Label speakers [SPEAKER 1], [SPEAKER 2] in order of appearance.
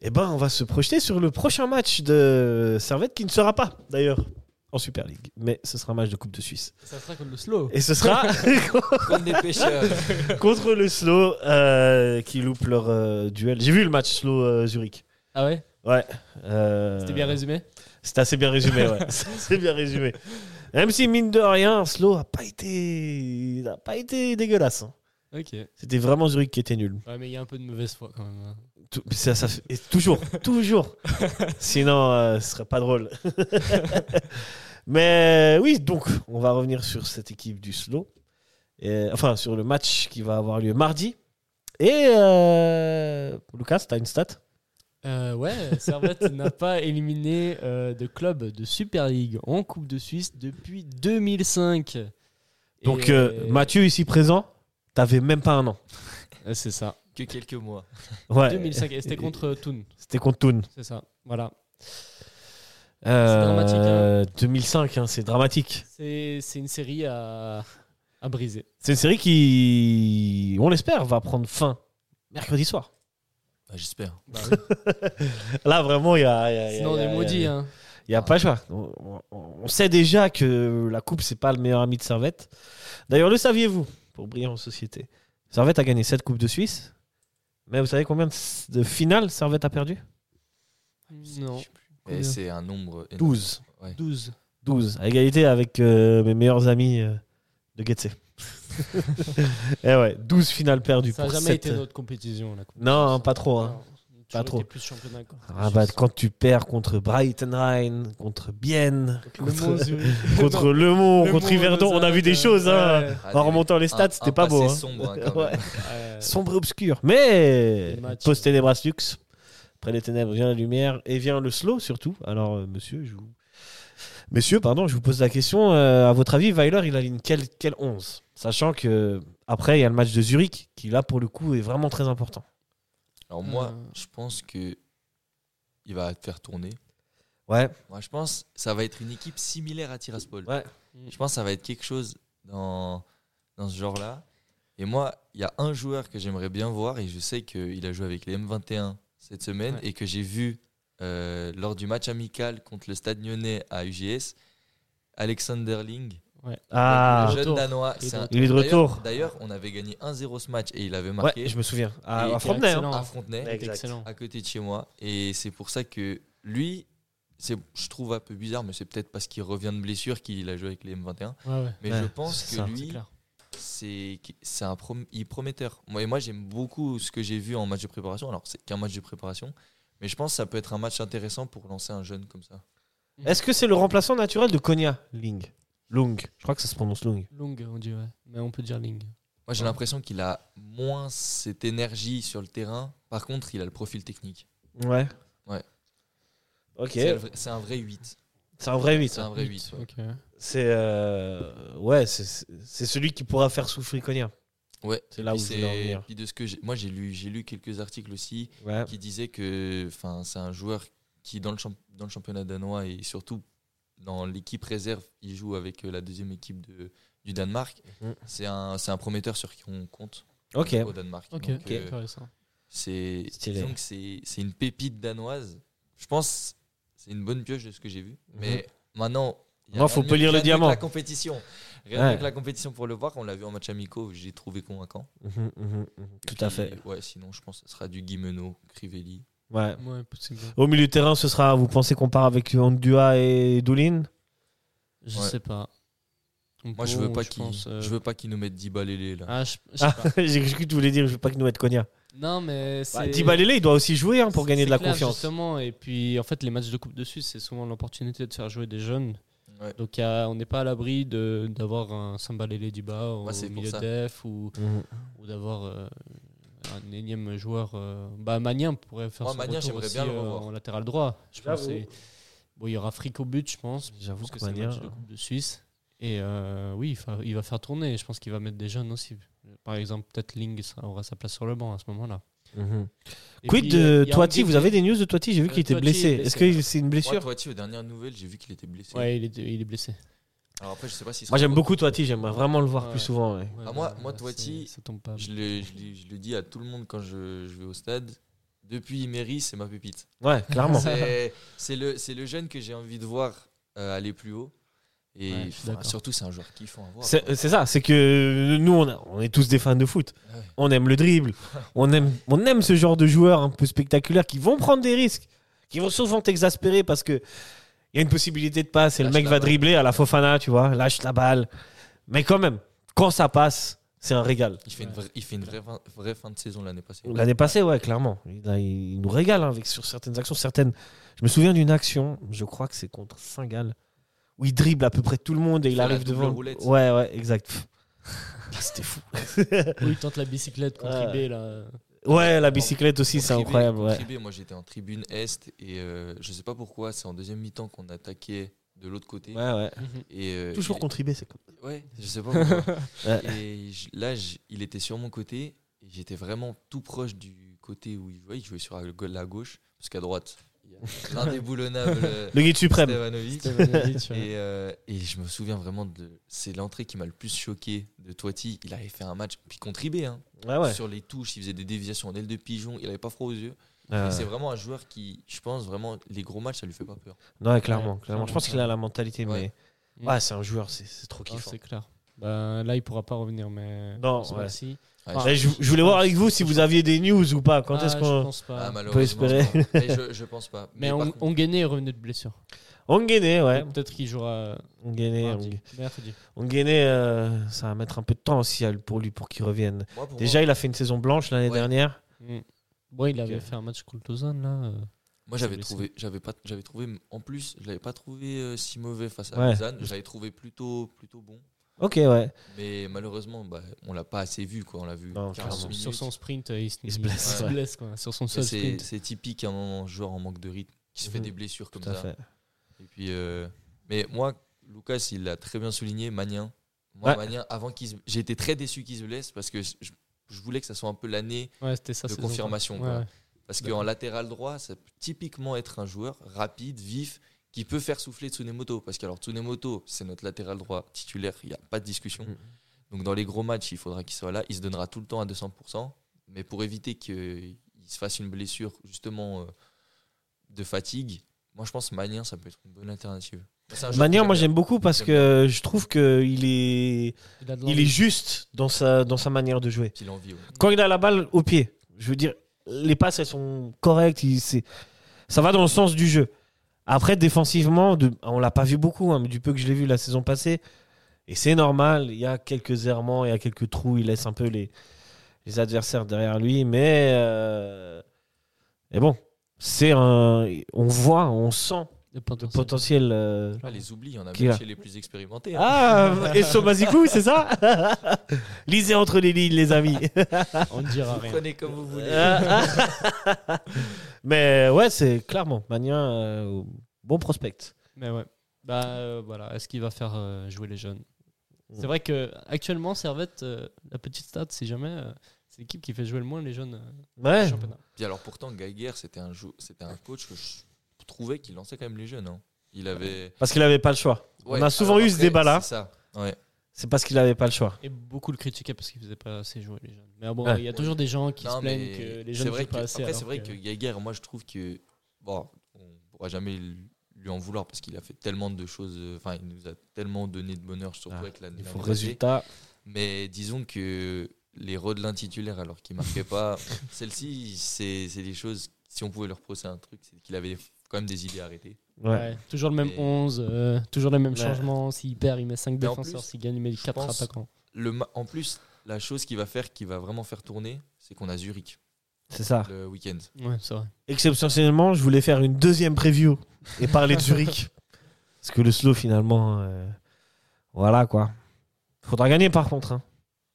[SPEAKER 1] Eh ben, on va se projeter sur le prochain match de Servette qui ne sera pas, d'ailleurs, en Super League. Mais ce sera un match de Coupe de Suisse.
[SPEAKER 2] Ça sera comme le slow.
[SPEAKER 1] Et ce sera
[SPEAKER 3] Comme des pêcheurs.
[SPEAKER 1] contre le Slow euh, qui loupe leur euh, duel. J'ai vu le match Slow euh, Zurich.
[SPEAKER 2] Ah ouais
[SPEAKER 1] Ouais. euh,
[SPEAKER 2] C'était bien résumé
[SPEAKER 1] C'était assez bien résumé, ouais. C'est bien résumé. Même si, mine de rien, Slow n'a pas été... n'a pas été dégueulasse. hein.
[SPEAKER 2] Ok. Ouais,
[SPEAKER 1] C'était vraiment Zurich qui était nul.
[SPEAKER 2] mais il y a un peu de mauvaise foi quand même. hein.
[SPEAKER 1] Tou- ça- ça fait- et toujours, toujours. Sinon, euh, ce serait pas drôle. Mais euh, oui, donc, on va revenir sur cette équipe du Slow. Et- enfin, sur le match qui va avoir lieu mardi. Et euh, Lucas, t'as une stat
[SPEAKER 2] Euh, ouais, Servette n'a pas éliminé euh, de club de Super League en Coupe de Suisse depuis 2005.
[SPEAKER 1] Donc,
[SPEAKER 2] Et-
[SPEAKER 1] euh, Mathieu, ici présent, t'avais même pas un an.
[SPEAKER 2] Euh, C'est ça.
[SPEAKER 3] Que quelques mois.
[SPEAKER 1] Ouais.
[SPEAKER 2] 2005, et c'était contre Thun,
[SPEAKER 1] C'était contre Thun.
[SPEAKER 2] c'est ça. Voilà.
[SPEAKER 1] Euh,
[SPEAKER 2] dramatique, hein.
[SPEAKER 1] 2005, hein, c'est dramatique.
[SPEAKER 2] C'est c'est une série à, à briser.
[SPEAKER 1] C'est une série qui, on l'espère, va prendre fin mercredi soir.
[SPEAKER 3] Bah, J'espère.
[SPEAKER 1] Là, vraiment, il y a. il y a- il y a-
[SPEAKER 2] Sinon, on
[SPEAKER 1] il y a-
[SPEAKER 2] est maudit. Hein.
[SPEAKER 1] Il n'y a pas le choix. On, on- on sait déjà que la coupe, c'est pas le meilleur ami de Servette. D'ailleurs, le saviez-vous pour briller en société Servette a gagné 7 coupes de Suisse. Mais vous savez combien de, de finales Servette a perdu
[SPEAKER 2] Non.
[SPEAKER 3] Et c'est un nombre. énorme.
[SPEAKER 1] 12.
[SPEAKER 3] Ouais.
[SPEAKER 2] 12.
[SPEAKER 1] 12. À égalité avec euh, mes meilleurs amis euh, de Getse. Et ouais, 12 finales perdues
[SPEAKER 2] Ça n'a
[SPEAKER 1] pour
[SPEAKER 2] jamais
[SPEAKER 1] sept-
[SPEAKER 2] été notre compétition. La coupe de
[SPEAKER 1] Non,
[SPEAKER 2] Suisse.
[SPEAKER 1] pas trop, hein.
[SPEAKER 2] Non, on a
[SPEAKER 1] Pas
[SPEAKER 2] toujours
[SPEAKER 1] trop.
[SPEAKER 2] été plus championnat. qu'en Coupe de
[SPEAKER 1] Ah bah,
[SPEAKER 2] Suisse.
[SPEAKER 1] quand tu perds contre Breitenrein, contre Bienne,
[SPEAKER 2] Le
[SPEAKER 1] contre,
[SPEAKER 2] Mans, Zurich.
[SPEAKER 1] contre Le Mans,
[SPEAKER 2] Le
[SPEAKER 1] contre
[SPEAKER 2] Mans,
[SPEAKER 1] Yverdon, on a vu des
[SPEAKER 2] Lausanne,
[SPEAKER 1] choses. hein.
[SPEAKER 2] ouais.
[SPEAKER 3] Ah,
[SPEAKER 1] En
[SPEAKER 3] des-
[SPEAKER 1] remontant les
[SPEAKER 3] un-
[SPEAKER 1] stats, c'était
[SPEAKER 3] un
[SPEAKER 1] pas beau.
[SPEAKER 3] passé
[SPEAKER 1] hein.
[SPEAKER 3] sombre, hein, quand même.
[SPEAKER 2] Ouais.
[SPEAKER 1] sombre et obscur. Mais
[SPEAKER 2] Des matchs,
[SPEAKER 1] post ténèbres luxe. Après les ténèbres vient la lumière et vient le slow surtout. Alors euh, monsieur, je vous Messieurs, pardon, je vous pose la question euh, à votre avis Weiler, il aligne quel quel 11 sachant que après il y a le match de Zurich qui là pour le coup est vraiment très important.
[SPEAKER 3] Alors moi,
[SPEAKER 2] Euh.
[SPEAKER 3] je pense que il va te faire tourner.
[SPEAKER 1] Ouais.
[SPEAKER 3] Moi, je pense que ça va être une équipe similaire à Tiraspol.
[SPEAKER 1] Ouais.
[SPEAKER 3] Je pense que ça va être quelque chose dans, dans ce genre-là. Et moi, il y a un joueur que j'aimerais bien voir et je sais qu'il a joué avec les M21 cette semaine
[SPEAKER 2] Ouais.
[SPEAKER 3] et que j'ai vu euh, lors du match amical contre le Stade Lyonnais à UGS. Alexander Ling,
[SPEAKER 1] Ah,
[SPEAKER 3] le jeune
[SPEAKER 2] Retour.
[SPEAKER 3] Danois.
[SPEAKER 2] Il est
[SPEAKER 3] c'est
[SPEAKER 2] de
[SPEAKER 3] un-
[SPEAKER 1] il est de
[SPEAKER 3] d'ailleurs-
[SPEAKER 1] retour.
[SPEAKER 3] D'ailleurs, on avait gagné 1-0 ce match et il avait marqué
[SPEAKER 1] Ouais, je me souviens. À,
[SPEAKER 3] Et
[SPEAKER 1] à
[SPEAKER 3] qui est
[SPEAKER 1] Frontenay, hein.
[SPEAKER 2] excellent.
[SPEAKER 3] à Fontenay
[SPEAKER 2] Il est
[SPEAKER 1] Exact.
[SPEAKER 2] Excellent.
[SPEAKER 3] à côté de chez moi. Et c'est pour ça que lui, c'est, je trouve un peu bizarre, mais c'est peut-être parce qu'il revient de blessure qu'il a joué avec les M21.
[SPEAKER 2] Ouais, ouais.
[SPEAKER 3] Mais
[SPEAKER 1] Ouais,
[SPEAKER 3] je pense
[SPEAKER 1] c'est
[SPEAKER 3] que
[SPEAKER 1] ça,
[SPEAKER 2] C'est
[SPEAKER 3] lui,
[SPEAKER 2] clair.
[SPEAKER 3] c'est, c'est un prom- il est prometteur. Moi, et moi, j'aime beaucoup ce que j'ai vu en match de préparation. Alors, c'est qu'un match de préparation, mais je pense que ça peut être un match intéressant pour lancer un jeune comme ça.
[SPEAKER 1] Est-ce que c'est le remplaçant naturel de Konya Ling Lung, je crois que ça se prononce Lung.
[SPEAKER 2] Long, on dit, ouais. Mais on peut dire Ling.
[SPEAKER 3] Moi, j'ai l'impression qu'il a moins cette énergie sur le terrain. Par contre, il a le profil technique.
[SPEAKER 1] Ouais.
[SPEAKER 3] Ouais.
[SPEAKER 1] OK.
[SPEAKER 3] C'est, le vrai- c'est un vrai 8.
[SPEAKER 1] C'est un vrai 8.
[SPEAKER 3] C'est un vrai 8. ouais.
[SPEAKER 2] Ok.
[SPEAKER 1] C'est euh, ouais, c'est- c'est c'est celui qui pourra faire souffrir Konya.
[SPEAKER 3] Ouais.
[SPEAKER 1] C'est là où
[SPEAKER 3] Puis
[SPEAKER 1] je voulais en
[SPEAKER 3] c'est-
[SPEAKER 1] venir. Ah.
[SPEAKER 3] puis de ce que j'ai- moi j'ai lu j'ai lu quelques articles aussi
[SPEAKER 1] Ouais.
[SPEAKER 3] qui disaient que enfin c'est un joueur qui dans le champ- dans le championnat danois et surtout dans l'équipe réserve il joue avec euh, la deuxième équipe de du Danemark
[SPEAKER 1] Mhm.
[SPEAKER 3] c'est un c'est un prometteur sur qui on compte
[SPEAKER 1] Ok.
[SPEAKER 3] au Danemark
[SPEAKER 2] Ok,
[SPEAKER 3] Donc,
[SPEAKER 2] ok,
[SPEAKER 3] euh,
[SPEAKER 2] intéressant.
[SPEAKER 3] c'est
[SPEAKER 1] Stylé.
[SPEAKER 3] disons que c'est c'est une pépite danoise je pense c'est une bonne pioche de ce que j'ai vu mais maintenant il y a
[SPEAKER 1] Mhm. Non,
[SPEAKER 3] rien
[SPEAKER 1] faut
[SPEAKER 3] de
[SPEAKER 1] pas
[SPEAKER 3] mieux-
[SPEAKER 1] lire le
[SPEAKER 3] rien de mieux que
[SPEAKER 1] diamant.
[SPEAKER 3] la compétition rien de
[SPEAKER 1] Ouais.
[SPEAKER 3] mieux que la compétition pour le voir on l'a vu en match amicaux j'ai trouvé convaincant
[SPEAKER 1] Mhm, mhm, mhm. Tout à
[SPEAKER 3] puis,
[SPEAKER 2] euh,
[SPEAKER 1] fait.
[SPEAKER 3] Ouais, sinon, je pense que ce sera du Guimeno, Crivelli.
[SPEAKER 1] Ouais.
[SPEAKER 2] Ouais, possible.
[SPEAKER 1] Au milieu de terrain, ce sera. Vous pensez qu'on part avec Ondua et Doulin
[SPEAKER 2] Je
[SPEAKER 3] Ouais.
[SPEAKER 2] sais pas.
[SPEAKER 3] Moi,
[SPEAKER 1] Oh,
[SPEAKER 3] je veux pas
[SPEAKER 2] qu'il
[SPEAKER 3] qu'il
[SPEAKER 1] euh,
[SPEAKER 3] je veux pas qu'il nous mette 10 balles et les, là.
[SPEAKER 2] euh, Ah, je, je sais
[SPEAKER 1] Ah,
[SPEAKER 2] pas.
[SPEAKER 1] J'ai cru que tu voulais dire. Je veux pas que nous mette Konya.
[SPEAKER 2] Non, mais c'est.
[SPEAKER 1] Bah, Dibalélé, il doit aussi jouer hein, pour
[SPEAKER 2] c'est-
[SPEAKER 1] gagner de
[SPEAKER 2] c'est
[SPEAKER 1] la
[SPEAKER 2] clair,
[SPEAKER 1] confiance.
[SPEAKER 2] Justement, et puis en fait, les matchs de Coupe de Suisse, c'est souvent l'opportunité de faire jouer des jeunes.
[SPEAKER 3] Ouais.
[SPEAKER 2] Donc, il y a- on n'est pas à l'abri de- d'avoir un Sambalélé du bas au
[SPEAKER 3] Moi, c'est pour
[SPEAKER 2] milieu
[SPEAKER 3] ça.
[SPEAKER 2] def ou,
[SPEAKER 1] Mhm.
[SPEAKER 2] ou d'avoir euh, un énième joueur. euh, Bah, Magnin pourrait faire
[SPEAKER 3] Moi,
[SPEAKER 2] son
[SPEAKER 3] Magnin,
[SPEAKER 2] retour
[SPEAKER 3] j'aimerais
[SPEAKER 2] aussi
[SPEAKER 3] bien le
[SPEAKER 2] euh,
[SPEAKER 3] revoir.
[SPEAKER 2] en latéral droit. Je pense
[SPEAKER 1] J'avoue.
[SPEAKER 2] c'est- bon, il y aura Fric au but, je pense.
[SPEAKER 1] J'avoue
[SPEAKER 2] Parce que
[SPEAKER 1] que
[SPEAKER 2] c'est un
[SPEAKER 1] Konya.
[SPEAKER 2] match de Coupe de Suisse. Et euh, oui, il fa- il va faire tourner. Je pense qu'il va mettre des jeunes aussi. Par exemple, peut-être Ling sera- aura sa place sur le banc à ce moment-là.
[SPEAKER 1] Mhm.
[SPEAKER 2] Et
[SPEAKER 1] Quid
[SPEAKER 2] puis,
[SPEAKER 1] de
[SPEAKER 2] euh, il y a
[SPEAKER 1] Toiti
[SPEAKER 2] Anguille
[SPEAKER 1] Vous
[SPEAKER 2] qui-
[SPEAKER 1] avez des news de Toiti J'ai vu
[SPEAKER 2] Euh,
[SPEAKER 1] qu'il était
[SPEAKER 2] Toiti est
[SPEAKER 1] blessé.
[SPEAKER 2] blessé,
[SPEAKER 1] Est-ce que c'est une
[SPEAKER 3] Moi,
[SPEAKER 1] blessure
[SPEAKER 3] Toiti, aux dernières nouvelles, j'ai vu qu'il était blessé.
[SPEAKER 2] Ouais, il est, il est blessé.
[SPEAKER 3] Alors après, je sais pas si.
[SPEAKER 1] Moi, j'aime beaucoup Toiti. J'aimerais vraiment le voir
[SPEAKER 2] Ouais.
[SPEAKER 1] plus souvent. ouais.
[SPEAKER 2] Ouais,
[SPEAKER 3] Ah, moi-
[SPEAKER 2] bah,
[SPEAKER 3] moi,
[SPEAKER 2] c'est-
[SPEAKER 3] Toiti,
[SPEAKER 2] Ça tombe pas.
[SPEAKER 3] Je le, je le- je le dis à tout le monde quand je, je vais au stade. depuis Imery, c'est ma pépite.
[SPEAKER 1] Ouais, clairement.
[SPEAKER 3] C'est c'est le, c'est le jeune que j'ai envie de voir euh, aller plus haut. Et
[SPEAKER 2] Ouais, je suis
[SPEAKER 3] enfin,
[SPEAKER 2] d'accord.
[SPEAKER 3] surtout, c'est un joueur kiffant à voir.
[SPEAKER 1] C'est euh, c'est ça, c'est que euh, nous, on, a- on est tous des fans de foot.
[SPEAKER 3] Ouais.
[SPEAKER 1] On aime le dribble. On aime, on aime ce genre de joueurs un peu spectaculaires qui vont prendre des risques, qui vont souvent t'exaspérer parce que il y a une possibilité de passe et le
[SPEAKER 3] Lâche
[SPEAKER 1] mec
[SPEAKER 3] la
[SPEAKER 1] va
[SPEAKER 3] balle.
[SPEAKER 1] dribbler à la Fofana, tu vois, lâche la balle. Mais quand même, quand ça passe, c'est un régal.
[SPEAKER 3] Il fait, une vraie, il fait une vraie, fin- vraie fin de saison l'année passée.
[SPEAKER 1] L'année passée, ouais, clairement. Il, a- il nous régale hein, avec, sur certaines actions. Certaines... Je me souviens d'une action, je crois que c'est contre Saint-Gall, où il dribble à peu près tout le monde et il
[SPEAKER 3] fait la
[SPEAKER 1] arrive
[SPEAKER 3] double
[SPEAKER 1] devant.
[SPEAKER 3] roulette.
[SPEAKER 1] Ouais, ouais, exact. Pff. Ah, C'était fou.
[SPEAKER 2] Où il tente la bicyclette contre
[SPEAKER 1] Ouais.
[SPEAKER 2] IB, là.
[SPEAKER 1] Ouais, la bicyclette aussi,
[SPEAKER 3] En
[SPEAKER 1] c'est
[SPEAKER 3] tribune-
[SPEAKER 1] incroyable.
[SPEAKER 3] en
[SPEAKER 1] Ouais.
[SPEAKER 3] tribune, moi, j'étais en tribune Est et euh, je sais pas pourquoi, c'est en deuxième mi-temps qu'on attaquait de l'autre côté.
[SPEAKER 1] Ouais, ouais.
[SPEAKER 3] Et, euh,
[SPEAKER 1] Toujours
[SPEAKER 3] il-
[SPEAKER 1] contribuer, c'est cool.
[SPEAKER 3] Ouais, je sais pas. pourquoi.
[SPEAKER 1] Ouais.
[SPEAKER 3] et je- là, je- il était sur mon côté. et J'étais vraiment tout proche du côté où il jouait. Il jouait sur la gau- la gauche, parce qu'à droite, il y a l'indéboulonnable euh,
[SPEAKER 1] Le guide suprême.
[SPEAKER 3] Stevanovic.
[SPEAKER 2] C'était Ivanovic, ouais.
[SPEAKER 3] Et, euh, et je me souviens vraiment de. C'est l'entrée qui m'a le plus choqué de Toiti. Il avait fait un match, puis contribué. Hein,
[SPEAKER 1] Ouais, Ah ouais.
[SPEAKER 3] Sur les touches, il faisait des déviations en aile de pigeon. Il avait pas froid aux yeux.
[SPEAKER 1] Euh,
[SPEAKER 3] Et C'est vraiment un joueur qui, je pense, vraiment, les gros matchs, ça lui fait pas peur.
[SPEAKER 1] non, ouais, clairement,
[SPEAKER 2] Ouais,
[SPEAKER 1] clairement. Je pense qu'il a la mentalité,
[SPEAKER 3] Ouais.
[SPEAKER 1] mais.
[SPEAKER 2] Mm.
[SPEAKER 1] Ouais, c'est un joueur, c'est c'est trop
[SPEAKER 2] Ah,
[SPEAKER 1] kiffant.
[SPEAKER 2] c'est clair. Ben, là, il pourra pas revenir, mais.
[SPEAKER 1] Non,
[SPEAKER 2] ce
[SPEAKER 1] ouais.
[SPEAKER 2] match-ci.
[SPEAKER 3] Ouais,
[SPEAKER 2] Enfin,
[SPEAKER 1] Eh, je, je voulais voir avec vous si vous aviez des news ou pas. Quand
[SPEAKER 2] Ah,
[SPEAKER 1] est-ce
[SPEAKER 2] Je
[SPEAKER 1] qu'on.
[SPEAKER 2] pense
[SPEAKER 3] Ah,
[SPEAKER 2] pas.
[SPEAKER 3] malheureusement,
[SPEAKER 1] espérer.
[SPEAKER 3] je pense pas. Mais je, je pense pas.
[SPEAKER 2] mais
[SPEAKER 3] par
[SPEAKER 2] on,
[SPEAKER 3] contre-
[SPEAKER 2] on gagnait et revenait de blessure.
[SPEAKER 1] Onguené, ouais. Eh,
[SPEAKER 2] Donc, Peut-être qu'il jouera
[SPEAKER 1] Onguené,
[SPEAKER 2] mardi,
[SPEAKER 1] Onguené.
[SPEAKER 2] mercredi.
[SPEAKER 1] Onguené, euh, ça va mettre un peu de temps aussi à- pour lui, pour qu'il revienne.
[SPEAKER 3] Moi, pour
[SPEAKER 1] Déjà, il a fait une saison blanche l'année
[SPEAKER 3] Ouais.
[SPEAKER 1] dernière.
[SPEAKER 2] Mm. Bon, il avait
[SPEAKER 1] Ok.
[SPEAKER 2] fait un match contre Lausanne, là. euh.
[SPEAKER 3] Moi
[SPEAKER 2] C'est
[SPEAKER 3] j'avais
[SPEAKER 2] blessé.
[SPEAKER 3] trouvé, j'avais pas, j'avais trouvé en plus, je l'avais pas trouvé euh, si mauvais face à
[SPEAKER 1] Ouais.
[SPEAKER 3] Lausanne. J'avais trouvé plutôt, plutôt bon,
[SPEAKER 1] Ok, ouais.
[SPEAKER 3] mais malheureusement, bah, on l'a pas assez vu quoi. On l'a vu.
[SPEAKER 1] Non,
[SPEAKER 3] 40
[SPEAKER 1] clairement.
[SPEAKER 3] minutes.
[SPEAKER 2] Sur son sprint, euh, il,
[SPEAKER 1] Il se blesse,
[SPEAKER 2] se
[SPEAKER 1] ouais.
[SPEAKER 2] blesse, quoi. Sur son
[SPEAKER 3] Et
[SPEAKER 2] seul
[SPEAKER 3] C'est
[SPEAKER 2] sprint.
[SPEAKER 3] c'est typique un moment, un joueur en manque de rythme qui se fait
[SPEAKER 1] Mhm.
[SPEAKER 3] des blessures comme
[SPEAKER 1] Tout à
[SPEAKER 3] ça. Ah,
[SPEAKER 1] fait.
[SPEAKER 3] Et puis, euh, mais moi, Lucas, il l'a très bien souligné, Magnin. Moi,
[SPEAKER 1] Ouais.
[SPEAKER 3] Magnin, avant qu'il, se- j'ai été très déçu qu'il se blesse parce que je, je voulais que ça soit un peu l'année
[SPEAKER 2] Ouais, c'était ça.
[SPEAKER 3] de
[SPEAKER 2] saison, quoi.
[SPEAKER 3] confirmation,
[SPEAKER 2] Ouais,
[SPEAKER 3] quoi.
[SPEAKER 2] ouais.
[SPEAKER 3] Parce
[SPEAKER 2] D'accord.
[SPEAKER 3] qu'en latéral droit, ça peut typiquement être un joueur rapide, vif, qui peut faire souffler Tsunemoto. Parce que alors, Tsunemoto, c'est notre latéral droit titulaire, il n'y a pas de discussion.
[SPEAKER 1] Mhm.
[SPEAKER 2] Mm-hmm.
[SPEAKER 3] Donc dans les gros matchs, il faudra qu'il soit là. Il se donnera tout le temps à 200%. Mais pour éviter qu'il se fasse une blessure, justement, euh, de fatigue, moi je pense que Magnin, ça peut être une bonne alternative. C'est un joueur
[SPEAKER 1] Manière,
[SPEAKER 3] que
[SPEAKER 1] moi
[SPEAKER 3] j'aime
[SPEAKER 1] j'aime beaucoup parce
[SPEAKER 3] J'aime
[SPEAKER 1] que je trouve que il est,
[SPEAKER 2] Il a de
[SPEAKER 1] il est juste dans sa, dans sa manière de jouer.
[SPEAKER 3] bien, qu'il en vit, ouais.
[SPEAKER 1] Quand il a la balle au pied, je veux dire, les passes elles sont correctes, il, c'est- ça va dans le sens du jeu. Après, défensivement, de, on l'a pas vu beaucoup, hein, mais du peu que je l'ai vu la saison passée, et c'est normal, il y a quelques errements, il y a quelques trous, il laisse un peu les, les adversaires derrière lui, mais. euh, mais bon, c'est un. On voit, on sent
[SPEAKER 2] le
[SPEAKER 1] le
[SPEAKER 2] potentiel.
[SPEAKER 1] potentiel. euh,
[SPEAKER 3] Ah, les oublis, il y en a
[SPEAKER 1] Qui
[SPEAKER 3] même
[SPEAKER 1] a-
[SPEAKER 3] chez les plus expérimentés. hein.
[SPEAKER 1] ah, et Somazikou, c'est ça Lisez entre les lignes, les amis.
[SPEAKER 2] On ne dira Ah, rien.
[SPEAKER 3] Vous
[SPEAKER 2] Ah,
[SPEAKER 3] prenez comme vous voulez.
[SPEAKER 1] Euh, Mais ouais, c'est clairement Magnin, euh, bon prospect.
[SPEAKER 2] Mais ouais. Bah euh, voilà, est-ce qu'il va faire euh, jouer les jeunes
[SPEAKER 1] Mm.
[SPEAKER 2] C'est vrai que actuellement Servette, euh, la petite stat, si jamais, euh, c'est l'équipe qui fait jouer le moins les jeunes euh, du
[SPEAKER 1] Ouais,
[SPEAKER 2] championnat.
[SPEAKER 3] Puis alors pourtant, Geiger, c'était un, jou- c'était un coach que je trouvais qu'il lançait quand même les jeunes. hein. Il avait...
[SPEAKER 1] parce qu'il n'avait pas le choix.
[SPEAKER 3] Ouais,
[SPEAKER 1] On a souvent
[SPEAKER 3] alors
[SPEAKER 1] eu ce
[SPEAKER 3] après,
[SPEAKER 1] débat-là.
[SPEAKER 3] C'est ça. Ouais.
[SPEAKER 1] C'est parce qu'il n'avait pas le choix.
[SPEAKER 2] Et beaucoup le critiquaient parce qu'il faisait pas assez jouer les jeunes. Mais bon, il
[SPEAKER 1] Ouais.
[SPEAKER 2] y a toujours des gens qui
[SPEAKER 3] Non,
[SPEAKER 2] se plaignent
[SPEAKER 3] mais
[SPEAKER 2] que les
[SPEAKER 3] c'est
[SPEAKER 2] jeunes ne
[SPEAKER 3] vrai
[SPEAKER 2] jouent pas
[SPEAKER 3] que-
[SPEAKER 2] assez.
[SPEAKER 3] Après,
[SPEAKER 2] alors
[SPEAKER 3] c'est vrai
[SPEAKER 2] que-
[SPEAKER 3] que Geiger, moi, je trouve que. Bon, on pourra jamais l- lui en vouloir parce qu'il a fait tellement de choses. euh, Enfin, il nous a tellement donné de bonheur, surtout
[SPEAKER 1] Ah,
[SPEAKER 3] avec la.
[SPEAKER 1] Il
[SPEAKER 3] la
[SPEAKER 1] faut
[SPEAKER 3] passée.
[SPEAKER 1] résultat.
[SPEAKER 3] Mais disons que les Rodelins titulaires, alors qu'il marquait pas, celle-ci, c'est c'est des choses. Si on pouvait leur procès un truc, c'est qu'il avait quand même des idées arrêtées.
[SPEAKER 1] Ouais.
[SPEAKER 2] Ouais, toujours le même
[SPEAKER 3] Et-
[SPEAKER 2] 11, euh, toujours les mêmes
[SPEAKER 1] Ouais.
[SPEAKER 2] changements. S'il perd, il met 5
[SPEAKER 3] Mais en
[SPEAKER 2] défenseurs.
[SPEAKER 3] plus,
[SPEAKER 2] S'il gagne, il met
[SPEAKER 3] je
[SPEAKER 2] 4
[SPEAKER 3] pense-
[SPEAKER 2] attaquants.
[SPEAKER 3] Le, ma- en plus, la chose qui va faire, qui va vraiment faire tourner, c'est qu'on a Zurich
[SPEAKER 1] C'est ça.
[SPEAKER 3] le week-end.
[SPEAKER 2] Ouais, c'est vrai.
[SPEAKER 1] Exceptionnellement, je voulais faire une deuxième preview et parler de Zurich. parce que le slow, finalement, euh, voilà quoi. Faudra gagner par contre. hein.